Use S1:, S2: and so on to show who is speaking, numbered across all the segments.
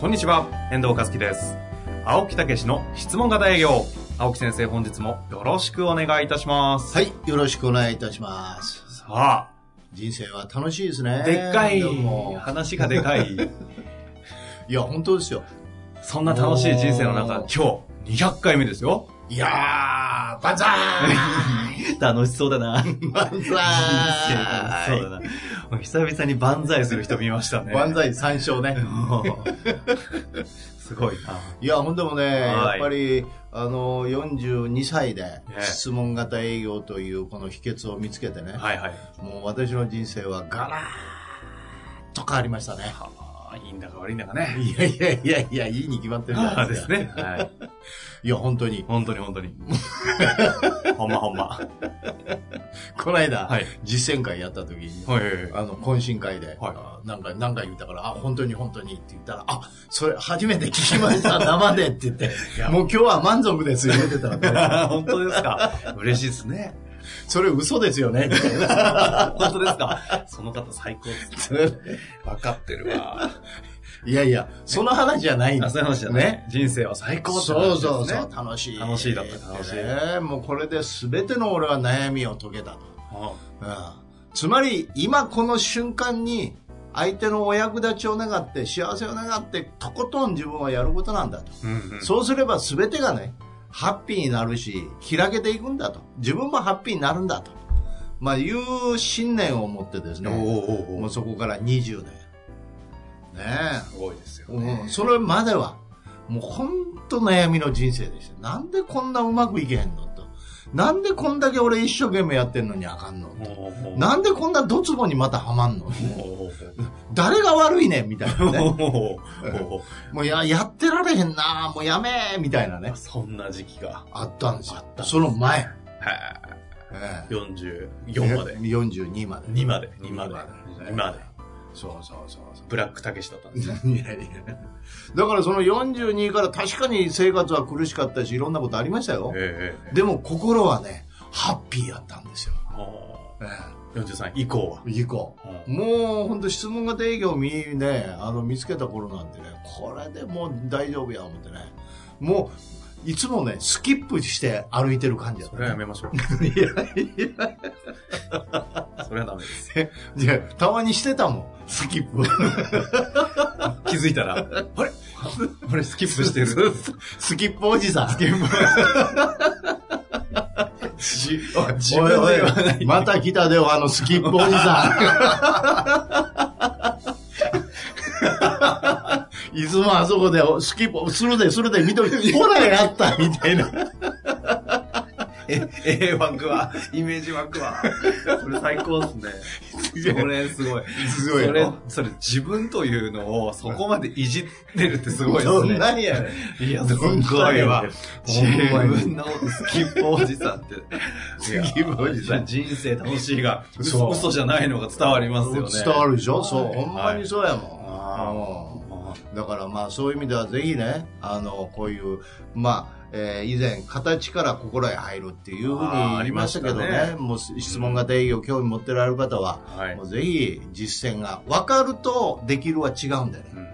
S1: こんにちは、遠藤和樹です。青木武の質問型営業。青木先生、本日もよろしくお願いいたします。
S2: はい、よろしくお願いいたします。
S1: さ
S2: 人生は楽しいですね
S1: あ、。でっかい
S2: どうも、
S1: 話がでかい、
S2: いや、本当ですよ。
S1: そんな楽しい人生の中、今日、200回目ですよ。
S2: いやー、バン ザーイ
S1: 楽しそうだ な。人
S2: バンザ
S1: 生
S2: ーイ
S1: そうだな。久々に万歳する人見ましたね。
S2: バンザイ三勝ね。
S1: すごいな。
S2: いや、ほんでもね、
S1: は
S2: や
S1: い
S2: っぱり、あの、42歳で
S1: ええ
S2: 質問型営業というこの秘訣を見つけてね、
S1: はいはい。
S2: もう私の人生はガラッと変わりましたね。
S1: はあ、いいんだか悪いんだかね。
S2: いやいやいやいや、いいに決まってるじゃ
S1: あ
S2: な
S1: あ
S2: い
S1: で
S2: です
S1: す
S2: か。
S1: ね。はい。
S2: いや、本当に。
S1: 本当に本当 に。 ほんまほんま。
S2: この間、
S1: はい
S2: 実践会やった時に、
S1: はいはいはい。
S2: あの、懇親会で、
S1: はい
S2: あなんか、何回言ったから、あ、本当に本当にって言ったら、あ、それ初めて聞きました、生でって言 って
S1: や、
S2: もう今日は満足です、言ってたら ね、
S1: 本当ですか嬉しいですね。
S2: それ嘘ですよね、みたいな。
S1: 本当ですかその方最高です。分かってるわ。
S2: いやいや、その話じゃないんだ。
S1: あ、そういう話だね。人生は最高って話
S2: そ
S1: で
S2: う
S1: すね
S2: そうそう、楽しい。
S1: 楽しいだった楽しい
S2: ねもうこれで全ての俺は悩みを解けたと。
S1: あ
S2: うんつまり、今この瞬間に、相手のお役立ちを願って、幸せを願って、とことん自分はやることなんだと。
S1: うんうん。
S2: そうすれば全てがね、ハッピーになるし、開けていくんだと。自分もハッピーになるんだと。まあ、いう信念を持ってです
S1: おー
S2: ね、
S1: おーお
S2: も
S1: ー
S2: うそこから20年。ね
S1: すごいですよ
S2: え。うん。それまでは、もうほんと悩みの人生でした。なんでこんなうまくいけへんのと。なんでこんだけ俺一生懸命やってんのにあかんの
S1: おーおーおー
S2: なんでこんなドツボにまたはまんの
S1: おー
S2: 誰が悪いねんみたいな
S1: おー
S2: ね。
S1: おーおーおー
S2: もうや、やってられへんなもうやめーみたいなね
S1: あ。そんな時期が。
S2: あったんですよ。
S1: あったんです
S2: その前。
S1: は
S2: え
S1: い。44まで。
S2: 42まで。
S1: 2まで。2まで。2まで。
S2: そうそうそう そ
S1: ブラックたけしだったんですね。
S2: う。いやいや。だからその42から確かに生活は苦しかったし、いろんなことありましたよ。
S1: ええええ。
S2: でも心はね、ハッピーやったんですよ。
S1: お
S2: え
S1: ー43以降は
S2: え。行こう。
S1: うん
S2: もう本当質問型営業見ね、あの見つけた頃なんてね、これでもう大丈夫や思ってね。もう、いつもね、スキップして歩いてる感じだっ
S1: そ
S2: た、
S1: れはや
S2: ね。
S1: めましょう。
S2: いやいや
S1: それはダメです。
S2: いや、たまにしてたもん、スキップ。
S1: 気づいたら、あれあれスキップしてる。
S2: スキップおじさん。スキップ。
S1: 自
S2: 自分で
S1: 分で言わない。
S2: また来たでよ、あのスキップおじさ ん。いつもあそこでスキップするで、するで、緑、ほらやったみたいな。
S1: え、え枠は、イメージ枠は。それ最高ですね。それすごい。
S2: すごいよ
S1: それ、それ自分というのをそこまでいじってるってすごいで
S2: ど
S1: す
S2: ん
S1: ね。
S2: なんやね
S1: いや、
S2: ん。
S1: すごいわ。自
S2: ほんまに
S1: 分のことスキップおじさんって。
S2: スキップおじさん。
S1: 人生楽しいが、
S2: そ
S1: 嘘
S2: う
S1: 嘘じゃないのが伝わりますよね。
S2: 伝わるでしょそう、
S1: はい
S2: ほんまにそうやもん。
S1: あ
S2: うん
S1: あ
S2: だからまあそういう意味ではぜひね、あの、こういう、まあ、えー以前、形から心へ入るっていうふうに
S1: あーあ
S2: 言
S1: り
S2: い
S1: ま
S2: ま
S1: し
S2: したた
S1: ね
S2: けどね、もう質問型営業興味持ってられる方は、
S1: はい
S2: もうぜひ実践が、分かるとできるは違うんだよね。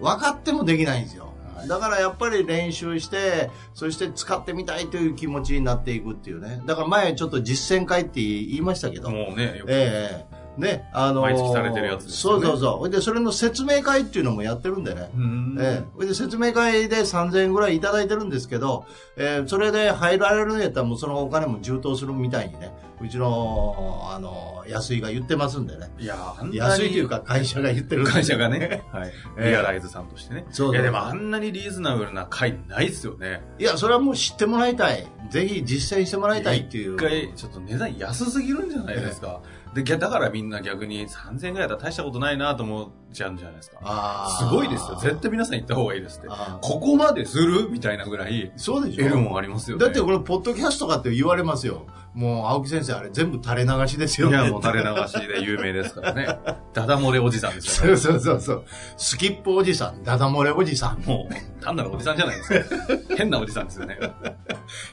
S2: 分かってもできないんですよ。
S1: はい
S2: だからやっぱり練習して、そして使ってみたいという気持ちになっていくっていうね。だから前ちょっと実践会って言いましたけど、
S1: もうね、よく
S2: ええね、あのー
S1: 毎月されてるやつですよ
S2: そう
S1: ね
S2: そうそう。ほいで、それの説明会っていうのもやってるんでね。
S1: うん
S2: ええほいで、説明会で3000円ぐらいいただいてるんですけど、ええそれで入られるんやったら、もうそのお金も充当するみたいにね、うちの、あの、安井が言ってますんでね。
S1: いや、あんなに
S2: 安井というか会社が言ってる。
S1: 会社がね、はい、
S2: ええ
S1: リアライズさんとしてね。
S2: そうそう
S1: いや、でもあんなにリーズナブルな会ないっすよね。
S2: いや、それはもう知ってもらいたい。ぜひ実践してもらいたいっていう。
S1: 一回、ちょっと値段安すぎるんじゃないですか。で、ぎゃだからみんな逆に3000円ぐらいだったら大したことないなと思っちゃうんじゃないですか。
S2: あ
S1: す
S2: ー
S1: ごいですよ。絶対皆さん行った方がいいですって。
S2: あー
S1: ここまでするみたいなぐらい、
S2: そうでしょ
S1: 得るもんありますよね。
S2: だってこれ、ポッドキャストかって言われますよ。もう、青木先生、あれ全部垂れ流しですよ
S1: い
S2: ね。
S1: や、もう垂れ流しで有名ですからね。ダダ漏れおじさんですか
S2: そ
S1: ら
S2: う
S1: ね。
S2: そうそうそう。スキップおじさん、ダダ漏れおじさん、
S1: もう、単なるおじさんじゃないです か。変なおじさんですよね。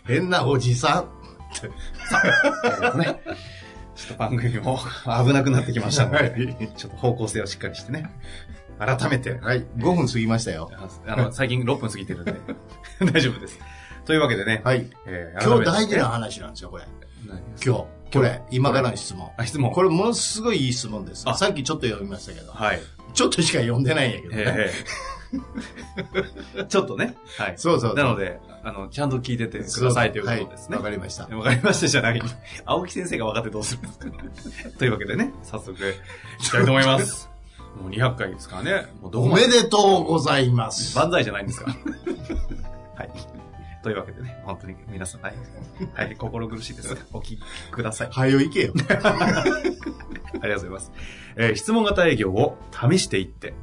S2: 変なおじさん。
S1: ね。ちょっと番組も危なくなってきましたの
S2: は
S1: で、
S2: い。
S1: ちょっと方向性をしっかりしてね。改めて。
S2: はい、5分過ぎましたよ。
S1: ああ の、最近6分過ぎてるんで、大丈夫です。というわけでね、
S2: はい。
S1: えー
S2: 今日大事。な
S1: 改
S2: 話なんですよ、これ。
S1: めて何ですか
S2: 今日。これ、今からの質問。
S1: あ、質問。
S2: これ、ものすごいいい質問です。
S1: あ
S2: さっきちょっと読みましたけど。
S1: はい。
S2: ちょっとしか読んでないんやけどね。
S1: え ーちょっとね。はい。
S2: そうそう
S1: な
S2: そう。
S1: ので、あの、ちゃんと聞いててくださいということですね。
S2: はいわかりました。
S1: わかりましたじゃない。青木先生が分かってどうするんですか というわけでね、早速、いきたいと思います。もう200回ですからね。もうど
S2: お
S1: こま
S2: め
S1: で
S2: でとうございます。
S1: 万歳じゃないんですか はい。というわけでね、本当に皆さん大変、大変心苦しいですが、お聞きください。
S2: はよ いけよ。
S1: ありがとうございます。えー質問型営業を試していって、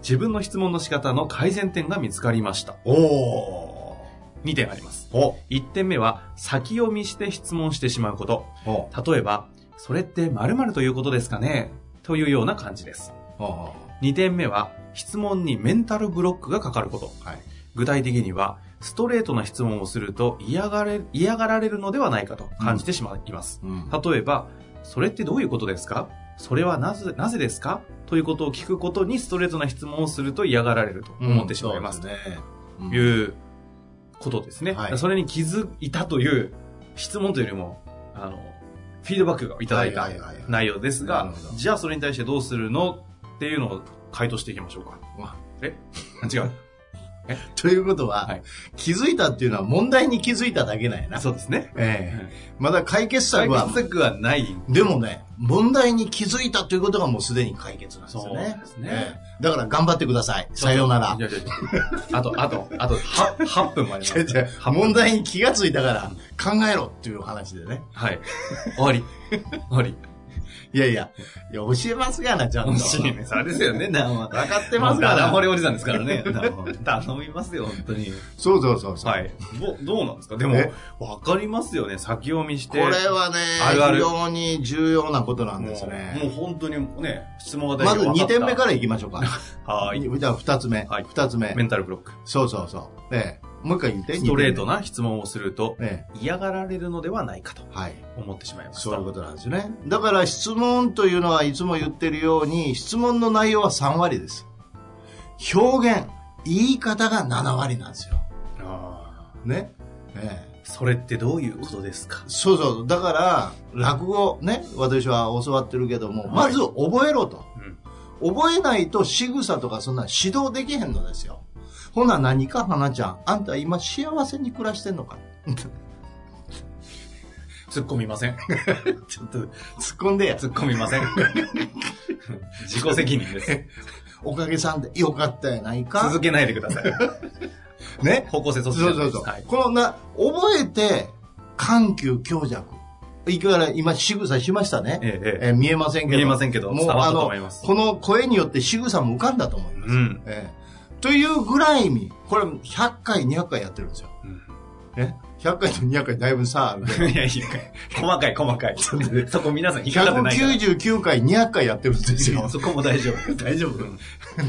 S1: 自分の質問の仕方の改善点が見つかりました。
S2: おー。
S1: 2点あります。
S2: お
S1: 1点目は、先読みして質問してしまうこと。
S2: お
S1: 例えば、それって〇〇ということですかねというような感じです。
S2: お
S1: 2点目は、質問にメンタルブロックがかかること。
S2: はい
S1: 具体的には、ストレートな質問をすると嫌がれ、嫌がられるのではないかと感じてしまいます。
S2: うん
S1: 例えば、それってどういうことですかそれはなぜ、なぜですかということを聞くことにストレートな質問をすると嫌がられると思ってしまいます。
S2: そうですね。
S1: と
S2: うん
S1: いうことですね。
S2: はい
S1: それに気づいたという質問というよりも、あの、フィードバックがいただいた
S2: はいはいはいはい
S1: 内容です
S2: な
S1: が
S2: るほど、
S1: じゃあそれに対してどうするのっていうのを回答していきましょうか。
S2: うわ
S1: え違う。
S2: ということは、
S1: はい
S2: 気づいたっていうのは問題に気づいただけなんやな。
S1: そうですね。
S2: ええまだ解決策
S1: 解
S2: は
S1: 決、策はない。
S2: でもね、問題に気づいたということがもうすでに解決なんですよね。
S1: そうですね
S2: ええだから頑張ってください。さようなら
S1: い。やいやいやあと、あと、あと、は8分もありま
S2: 違う
S1: す。
S2: 違う問題に気がついたから考えろっていう話でね。
S1: はい。終わり。終わり。
S2: いやいや、いや教えますがな、ちゃんと。
S1: 楽しいね。それですよね。な分
S2: 分かって
S1: て
S2: ま
S1: ますす
S2: か。
S1: からら。これおじさんですから ね。頼みますよ、本当に。
S2: そうそうそうそう。
S1: はい。どどうなんですかでも
S2: え、
S1: わかりますよね。先読みし
S2: こ
S1: て。
S2: れはね
S1: あるある
S2: 非常に重要なことなんです
S1: もう
S2: ね。
S1: もう本当にね、質問が
S2: ま
S1: 大
S2: ず
S1: 事。
S2: 2点目かららいきましょうか。
S1: はい。
S2: じゃあ2つ目。
S1: はい
S2: 2つ目
S1: メ。ンタルブロック。
S2: そうそうそう。ええ、もう一回言って。
S1: ストレートな質問をすると、
S2: え
S1: 嫌がられるのではないかと
S2: え、はい。
S1: 思ってしまいました。
S2: そういうことなんですよね。だから質問というのはいつも言ってるように、質問の内容は3割です。表現、言い方が7割なんですよ。
S1: あー
S2: ね。ええ、
S1: それってどういうことですか
S2: そうそう。だから、落語ね、私は教わってるけども、
S1: は
S2: ま
S1: い
S2: ず覚えろと。
S1: うん
S2: 覚えないと仕草とかそんな指導できへんのですよ。ほな何か花ちゃん、あんた今幸せに暮らしてんのか
S1: 突っ込みません。ちょっと、
S2: 突っ込んでや。
S1: 突っ込みま せん。自己責任です。
S2: おかげさんでよかったやないか。
S1: 続けないでください。
S2: ね。
S1: 方向性そっち
S2: そうそうそう。
S1: はい。
S2: このな、覚えて、緩急強弱。いくら今仕草しましたね。
S1: えええ
S2: えー見えませんけど。
S1: 見えませんけど、
S2: も
S1: 伝
S2: う
S1: わっ
S2: あ
S1: たと
S2: の
S1: 思いま、す。
S2: この声によって仕草も浮かんだと思います。
S1: うん。
S2: ええというぐらいに、これ100回、200回やってるんですよ。ね。100回と200回だいぶ差あるけ ど。
S1: いや、いいかい細かい、細かい。そこ皆さん引っかかってないから。。
S2: 199回、200回やってるんですよ
S1: そこも大丈夫。
S2: 大丈夫
S1: うん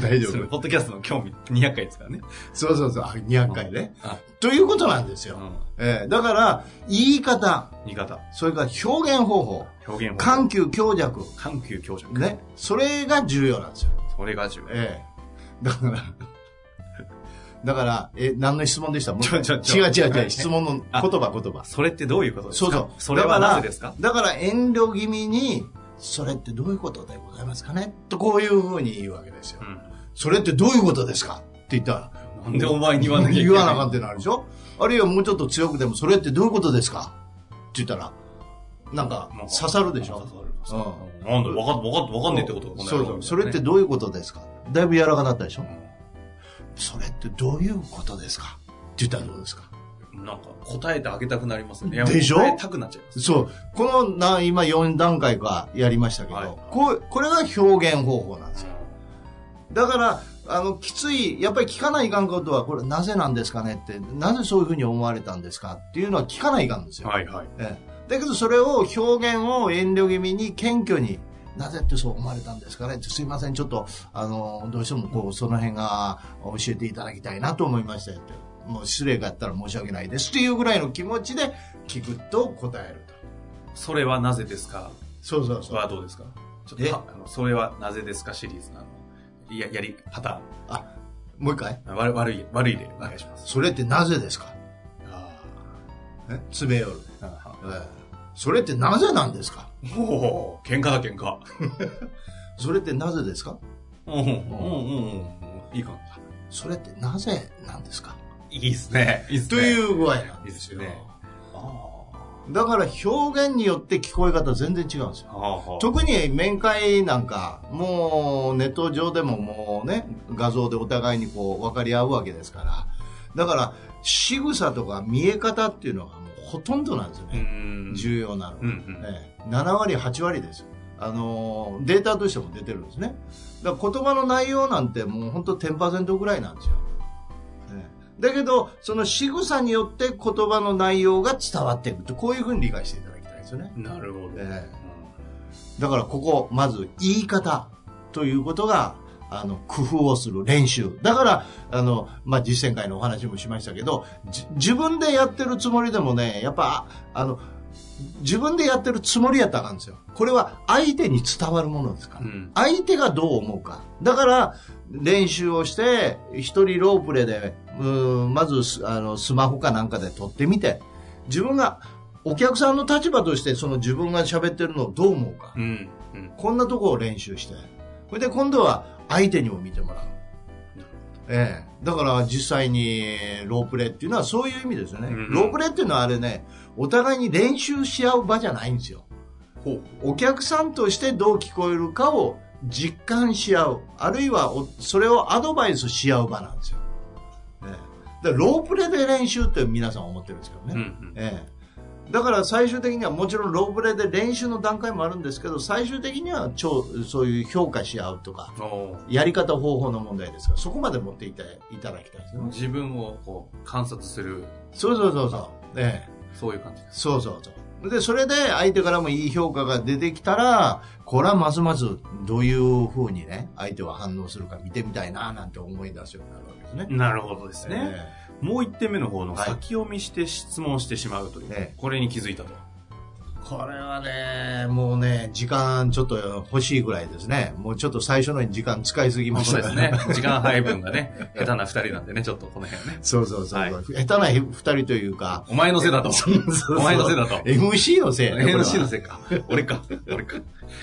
S2: 大丈
S1: それ
S2: 夫。
S1: ポッドキャストの興味200回ですからね。
S2: そうそうそう、あ200回ね。
S1: あ、
S2: ということなんです
S1: う
S2: よ。
S1: ん。
S2: ええだから、言い方、
S1: 言い方。
S2: それから表現方法、
S1: 表現法。
S2: 緩急強弱、
S1: 緩急強弱。
S2: ね。それが重要なんですよ。
S1: それが重要。
S2: ええ。だから、 だから、え、何の質問でしたもう
S1: ちょちょちょ
S2: 違う違う
S1: は
S2: 違う、
S1: い
S2: 質問の言
S1: あ
S2: 葉言葉。
S1: それってどういうことです
S2: そ
S1: か
S2: うそう。
S1: それはなぜですか
S2: だからだから遠慮気味に、それってどういうことでございますかねとこういうふうに言うわけですよ
S1: う。ん。
S2: それってどういうことですかって言ったら、
S1: なんでお前に言わなきゃいけない
S2: 言わなかったなるでしょあるいはもうちょっと強くでも、それってどういうことですかって言ったら、なんか
S1: なんか
S2: 刺さるでしょ
S1: 刺さるなんだ、わかん、わかん、わかんねえってことがこの野
S2: そう
S1: 郎みた
S2: そう。
S1: いなね
S2: それってどういうことですかだいぶ柔らかなったでしょ
S1: うん
S2: それってどういうことですかって言ったらどうですか
S1: なんか答えてあげたくなりますね。
S2: でしょ
S1: 答えたくなっちゃいます。
S2: そう。このな、今4段階かやりましたけど、
S1: はい
S2: こうこれが表現方法なんですよ。だから、あの、きつい、やっぱり聞かないかんことは、これなぜなんですかねって、なぜそういうふうに思われたんですかっていうのは聞かないかんですよ。
S1: はいはい。
S2: ええだけどそれを表現を遠慮気味に謙虚になぜってそう思われたんですかねすいませんちょっとあのどうしてもこうその辺が教えていただきたいなと思いましたよってもう失礼があったら申し訳ないですっていうぐらいの気持ちで聞くと答えると
S1: それはなぜですか
S2: そうそうそう
S1: はどうですかちょっ
S2: え
S1: とは、あのそれはなぜですかシリーズなの。いや、やり、パタ
S2: もう一回
S1: ーン。悪悪い、悪いでお願いします。
S2: それってなぜですか
S1: あ
S2: え詰め寄る、
S1: あ。
S2: ええそれってなぜなんですか
S1: おお喧嘩だ喧嘩。
S2: それってなぜですか
S1: うん、うん、うん、うん。いい感
S2: それってなぜなんですか
S1: じ。いいっすね。いいっす
S2: と
S1: ね。。
S2: いうう具合なんですよ
S1: いいですね
S2: だから表現によって聞こえ方全然違うんですよ。特に面会なんか、もうネット上でももうね、画像でお互いにこう分かり合うわけですから。だから仕草とか見え方っていうのがもうほとんどなんですよ
S1: う
S2: ね。
S1: ん。
S2: 重要なのは、
S1: うんうん
S2: ええ7割、8割ですよ。あのー、データとしても出てるんですね。だから言葉の内容なんてもうほんと10%ぐらいなんですよ。ええだけど、その仕草によって言葉の内容が伝わっていくって、こういうふうに理解していただきたいですよね。
S1: なるほど。
S2: ええだからここ、まず言い方ということが、あの、工夫をする練習。だから、あの、まあ、実践会のお話もしましたけど、じ自分でやってるつもりでもね、やっぱ、ああの、自分でやってるつもりやったらあかんですよ。これは相手に伝わるものですから。
S1: うん
S2: 相手がどう思うか。だから、練習をして、一人ロープレで、うーんまずスあのスマホかなんかで撮ってみて、自分が、お客さんの立場として、その自分が喋ってるのをどう思うか。
S1: うん。うん。
S2: こんなとこを練習して、それで今度は相手にも見てもらう。ええ、だから実際にロープレーっていうのはそういう意味ですよね。
S1: うん
S2: ロープレーっていうのはあれね、お互いに練習し合う場じゃないんですよ。
S1: ほう。
S2: お客さんとしてどう聞こえるかを実感し合う。あるいはおそれをアドバイスし合う場なんですよ。ええ、だからロープレーで練習って皆さん思ってるんですけどね。
S1: うん、うん。
S2: ええ、だから最終的にはもちろんロープレで練習の段階もあるんですけど最終的には超そういう評価し合うとか
S1: おー
S2: やり方方法の問題ですからそこまで持っていたいただきたいですね
S1: 自分をこう観察する、
S2: そうそうそうそう、ええ、
S1: そういう感じです。
S2: そうそうそうでそれで相手からもいい評価が出てきたらこれはますますどういうふうにね相手は反応するか見てみたいななんて思い出すようになるわけですね。
S1: なるほどですね。
S2: え
S1: もう一点目の方の
S2: はい
S1: 先読みして質問してしまうという、
S2: ええ
S1: これに気づいた と。
S2: えこれはねもうね時間ちょっと欲しいぐらいですねもうちょっと最初のに時間使いすぎまし
S1: そ
S2: た
S1: うですね。時間配分が ね、下手な二人なんでね、ちょっとこの辺はね。
S2: そうそうそう。
S1: はい
S2: 下手な二人というか、
S1: お前のせいだと。 お前のせいだと。
S2: MC のせいね。
S1: NC のせ
S2: せ
S1: いか。俺か。 俺か。
S2: い。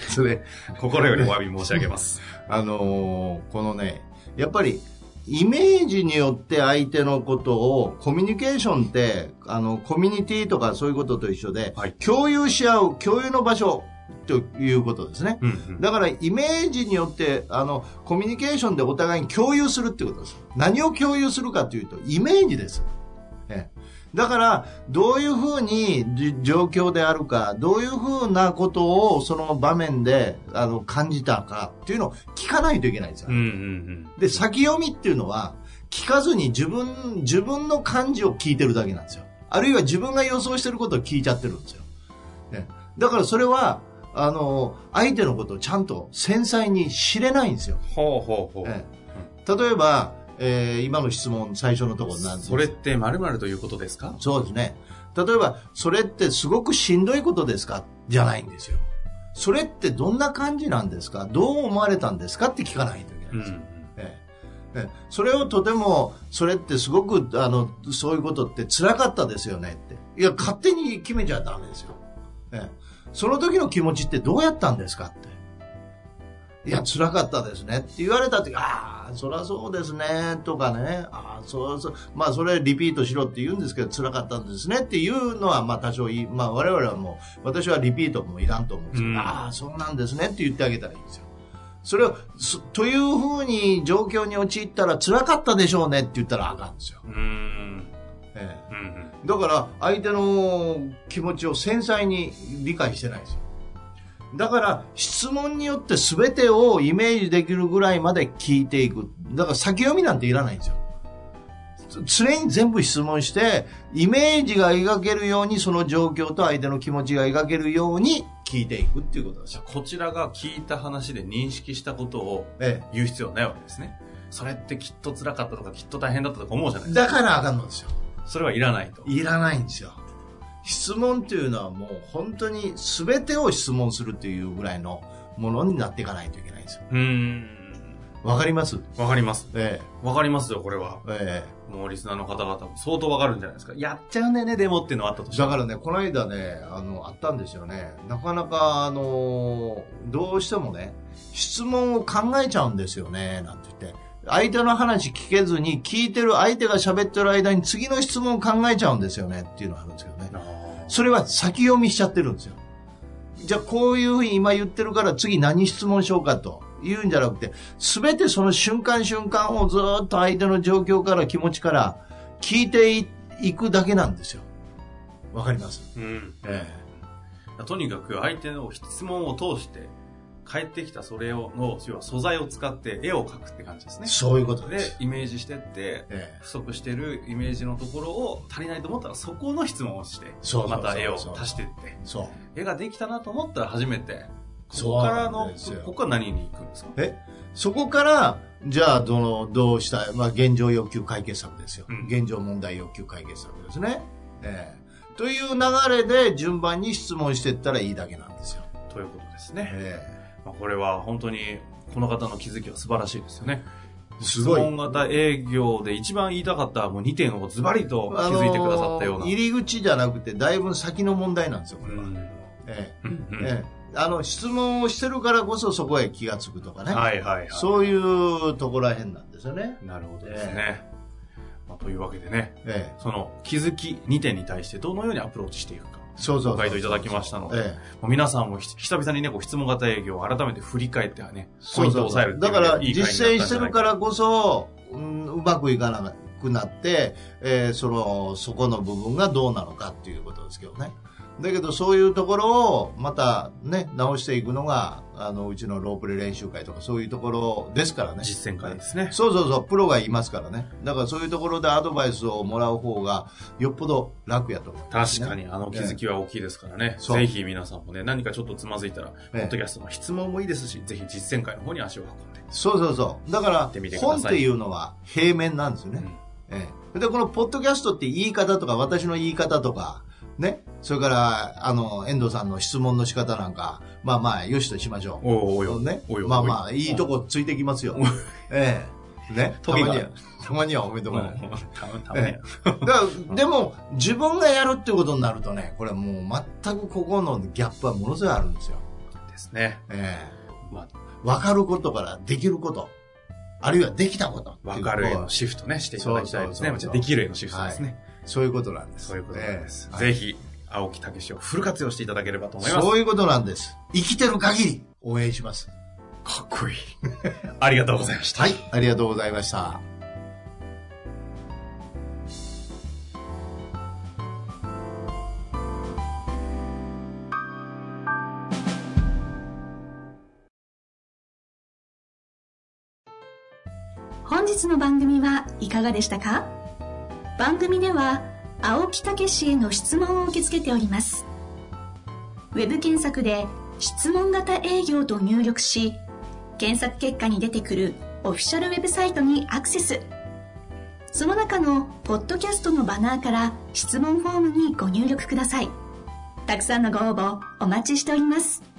S2: それ、
S1: 心よりお詫び申し上げます。
S2: あのーこのね、やっぱり、イメージによって相手のことを、コミュニケーションって、あの、コミュニティとかそういうことと一緒で、
S1: はい
S2: 共有し合う、共有の場所ということですね。
S1: うんうん。
S2: だから、イメージによって、あの、コミュニケーションでお互いに共有するってことです。何を共有するかというと、イメージです。ええだから、どういうふうにじ状況であるか、どういうふうなことをその場面であの感じたかっていうのを聞かないといけないんですよ。
S1: うんうん
S2: で、先読みっていうのは、聞かずに自分、自分の感じを聞いてるだけなんですよ。あるいは自分が予想してることを聞いちゃってるんですよ。ね、だからそれは、あの、相手のことをちゃんと繊細に知れないんですよ。
S1: うん。ほうほうほう。
S2: ええ例えば、えー今の質問、最初のところなんです
S1: それって〇〇ということですか
S2: そうですね。例えば、それってすごくしんどいことですかじゃないんですよ。それってどんな感じなんですかどう思われたんですかって聞かないといけないん
S1: うんう
S2: ですよ。
S1: ん。
S2: ええええそれをとても、それってすごく、あの、そういうことって辛かったですよねって。いや、勝手に決めちゃダメですよ。ええその時の気持ちってどうやったんですかって。いや、辛かったですねって言われた時、ああ、そりゃそうですね、とかね、ああ、そうそう、まあ、それリピートしろって言うんですけど、辛かったんですねっていうのは、まあ、多少いい、まあ、我々はもう、私はリピートもいらんと思うんですけど、
S1: うん
S2: ああ、そうなんですねって言ってあげたらいいんですよ。それを、そというふうに状況に陥ったら辛かったでしょうねって言ったらあかんですよ。
S1: うーん。
S2: ええ
S1: うんうん
S2: だから相手の気持ちを繊細に理解してないんですよだから質問によって全てをイメージできるぐらいまで聞いていくだから先読みなんていらないんですよつ常に全部質問してイメージが描けるようにその状況と相手の気持ちが描けるように聞いていくっていうことです
S1: じゃ
S2: よ、
S1: あこちらが聞いた話で認識したことを
S2: え
S1: 言う必要はないわけですね。それってきっと辛かったとかきっと大変だったとか思うじゃない
S2: え、
S1: です
S2: だからあかんのですよ
S1: か。それはいらないと。
S2: いらないんですよ。質問というのはもう本当に全てを質問するというぐらいのものになっていかないといけないんですよ。
S1: うーん。
S2: わかります
S1: わかります。
S2: え
S1: わかりますよ、これは。
S2: え、え
S1: もうリスナーの方々も相当わかるんじゃないですか。やっちゃうねね、でもっていうのはあったと
S2: え。
S1: して
S2: だ
S1: も。
S2: からね、この間ね、あの、あったんですよね。なかなか、あの、どうしてもね、質問を考えちゃうんですよね、なんて言って。相手の話聞けずに、聞いてる相手が喋ってる間に次の質問を考えちゃうんですよね、っていうのがあるんですけどね。
S1: あ
S2: それは先読みしちゃってるんですよ。じゃあこういうふうに今言ってるから次何質問しようかと言うんじゃなくて、すべてその瞬間瞬間をずーっと相手の状況から気持ちから聞いていくだけなんですよ。わかります
S1: ーうん。
S2: え
S1: とにかく相手の質問を通して、帰ってきたそれを、の、要は素材を使って絵を描くって感じですね。
S2: そういうことで
S1: で、
S2: す。
S1: イメージしてって、
S2: ええ
S1: 不足してるイメージのところを足りないと思ったらそこの質問をして、
S2: そうそうそうそう
S1: また絵を足していって、
S2: そう。
S1: 絵ができたなと思ったら初めて、
S2: そ
S1: こ
S2: う
S1: こから
S2: なん
S1: の
S2: ですよ、
S1: ここは何に行くんですか
S2: えそこから、じゃあどの、どうしたい、まあ、現状要求解決策ですよ。
S1: うん
S2: 現状問題要求解決策ですね。ええという流れで順番に質問していったらいいだけなんですよ。
S1: ということですね。
S2: え
S1: まあ、これは本当に、この方の気づきは素晴らしいですよね。
S2: えすごい。
S1: 質問型営業で一番言いたかったもう2点をズバリと気づいてくださったような。
S2: あの入り口じゃなくて、だいぶ先の問題なんですよ、これは。え
S1: うん
S2: え
S1: うん
S2: ええあの、質問をしてるからこそそこへ気がつくとかね。
S1: はいはいはい。
S2: そういうとこら辺なんですよね。
S1: なるほどですね。まあ、というわけでね、
S2: ええ。
S1: その気づき2点に対してどのようにアプローチしていくか。
S2: そうそうそう
S1: ご回答いただきましたので
S2: ええ
S1: もう皆さんもひ久々にね、こう質問型営業を改めて振り返ってはね、ポ
S2: そ
S1: イ
S2: う
S1: ント
S2: そ
S1: を
S2: う
S1: 抑え
S2: そ
S1: るっ
S2: う
S1: てい
S2: だ
S1: う
S2: から
S1: いい回に
S2: 実
S1: な
S2: 践
S1: ったん
S2: し
S1: じ
S2: て
S1: ゃない
S2: るからこそ、うんうまくいかなくなって、えーそのそこの部分がどうなのかっていうことですけどねだけどそういうところをまたね直していくのがあのうちのロープレ練習会とかそういうところですからね
S1: 実践会ですね。
S2: そうそうそうプロがいますからねだからそういうところでアドバイスをもらう方がよっぽど楽やと思う
S1: 確かに、あの気づきは大きいですからね。
S2: そう
S1: ぜひ皆さんもね、何かちょっとつまずいたら、ポ
S2: ええ
S1: ッドキャストの質問もいいですし、ぜひ実践会の方に足を運んで。
S2: そうそうそうだから
S1: ってみてくださ
S2: 本
S1: い
S2: っていうのは平面なんですよね、
S1: うん
S2: ええ、で、このポッドキャストって言い方とか、私の言い方とか、ね、それから、あの、遠藤さんの質問の仕方なんか、まあまあ、よしとしましょう。
S1: おいおいおい
S2: ね
S1: おいおいおい
S2: まあまあ、いいとこついてきますよ。ええ。ね、
S1: ト
S2: たま
S1: ゲ
S2: に
S1: が
S2: は、たまにはおめでとうございます。
S1: たぶん、たぶん
S2: ええ、だからでも、自分がやるってことになるとね、これもう全くここのギャップはものすごいあるんですよ。
S1: ですね。
S2: え
S1: ま
S2: え。わかることからできること、あるいはできたことって
S1: あ、
S2: いう
S1: わ
S2: と
S1: か
S2: ころ
S1: る
S2: は。
S1: へのシフトね、していただきたいですね。
S2: そうそうそうそう
S1: じゃあできるへのシフトですね。
S2: そういうことなんです。
S1: そういうことです。
S2: ええ
S1: ぜひ、青木武をフル活用していただければと思います。
S2: そういうことなんです。生きてる限り応援します。
S1: かっこいい。 ありがとうございました。
S2: はい、ありがとうございました。
S3: 本日の番組はいかがでしたか番組では青木武氏への質問を受け付けておりますウェブ検索で「質問型営業」と入力し検索結果に出てくるオフィシャルウェブサイトにアクセスその中のポッドキャストのバナーから質問フォームにご入力くださいたくさんのご応募お待ちしております